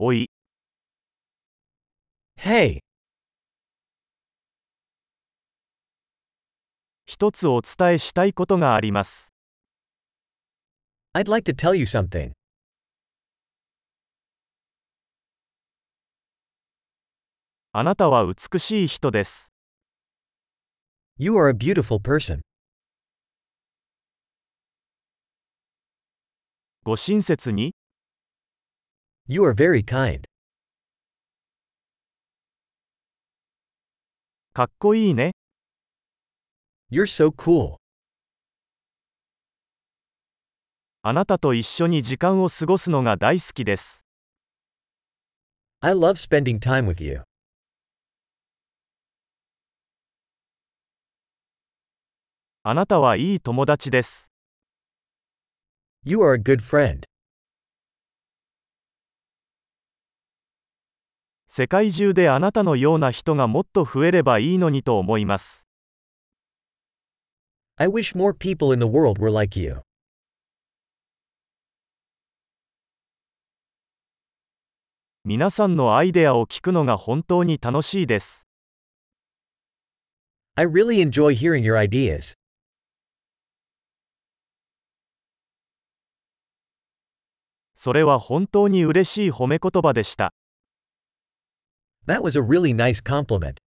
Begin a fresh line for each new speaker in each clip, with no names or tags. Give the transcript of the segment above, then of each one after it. おい。
Hey,
一つお伝えしたいことがあります。
I'd like to tell you something.
あなたは美しい人です。
You are a beautiful person.
ご親切に、
You are very kind.
かっこいいね。
You're so cool.
あなたと一緒に時間を過ごすのが大好きです。
I love spending time with you.
あなたはいい友達です。
You are a good friend.
世界中であなたのような人がもっと増えればいいのにと思います。
I wish more people in the world were like you.
皆さんのアイデアを聞くのが本当に楽しいです。
I really enjoy hearing your ideas.
それは本当に嬉しい褒め言葉でした。
That was a really nice compliment.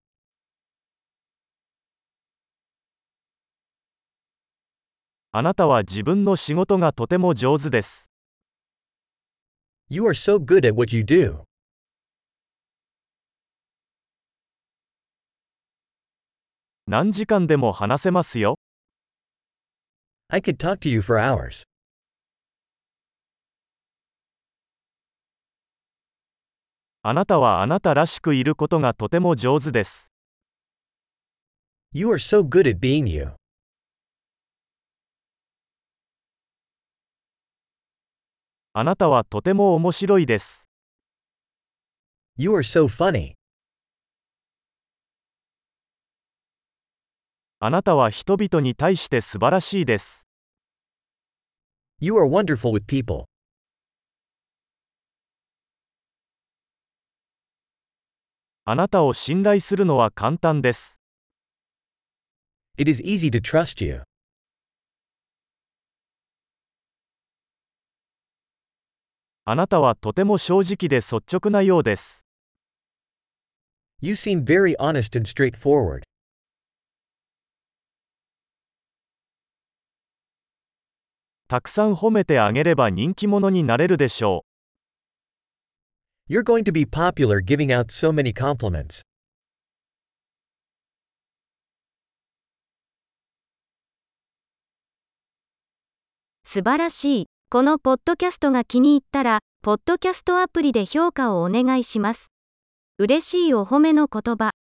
あなたは自分の仕事がとても上手です。
You are so good at what you do.
何時間でも話せますよ。
I could talk to you for hours.
あなたはあなたらしくいることがとても上手です。
You are so good at being you.
あなたはとても面白いです。
You are so funny.
あなたは人々に対して素晴らしいです。
You are wonderful with people.
あなたを信頼するのは簡単です。
It is easy to trust you.
あなたはとても正直で率直なようです。
You seem very honest and straightforward.
たくさん褒めてあげれば人気者になれるでしょう。
You're going to be popular giving out so many compliments.
素晴らしい。このポッドキャストが気に入ったら、ポッドキャストアプリで評価をお願いします。嬉しいお褒めの言葉。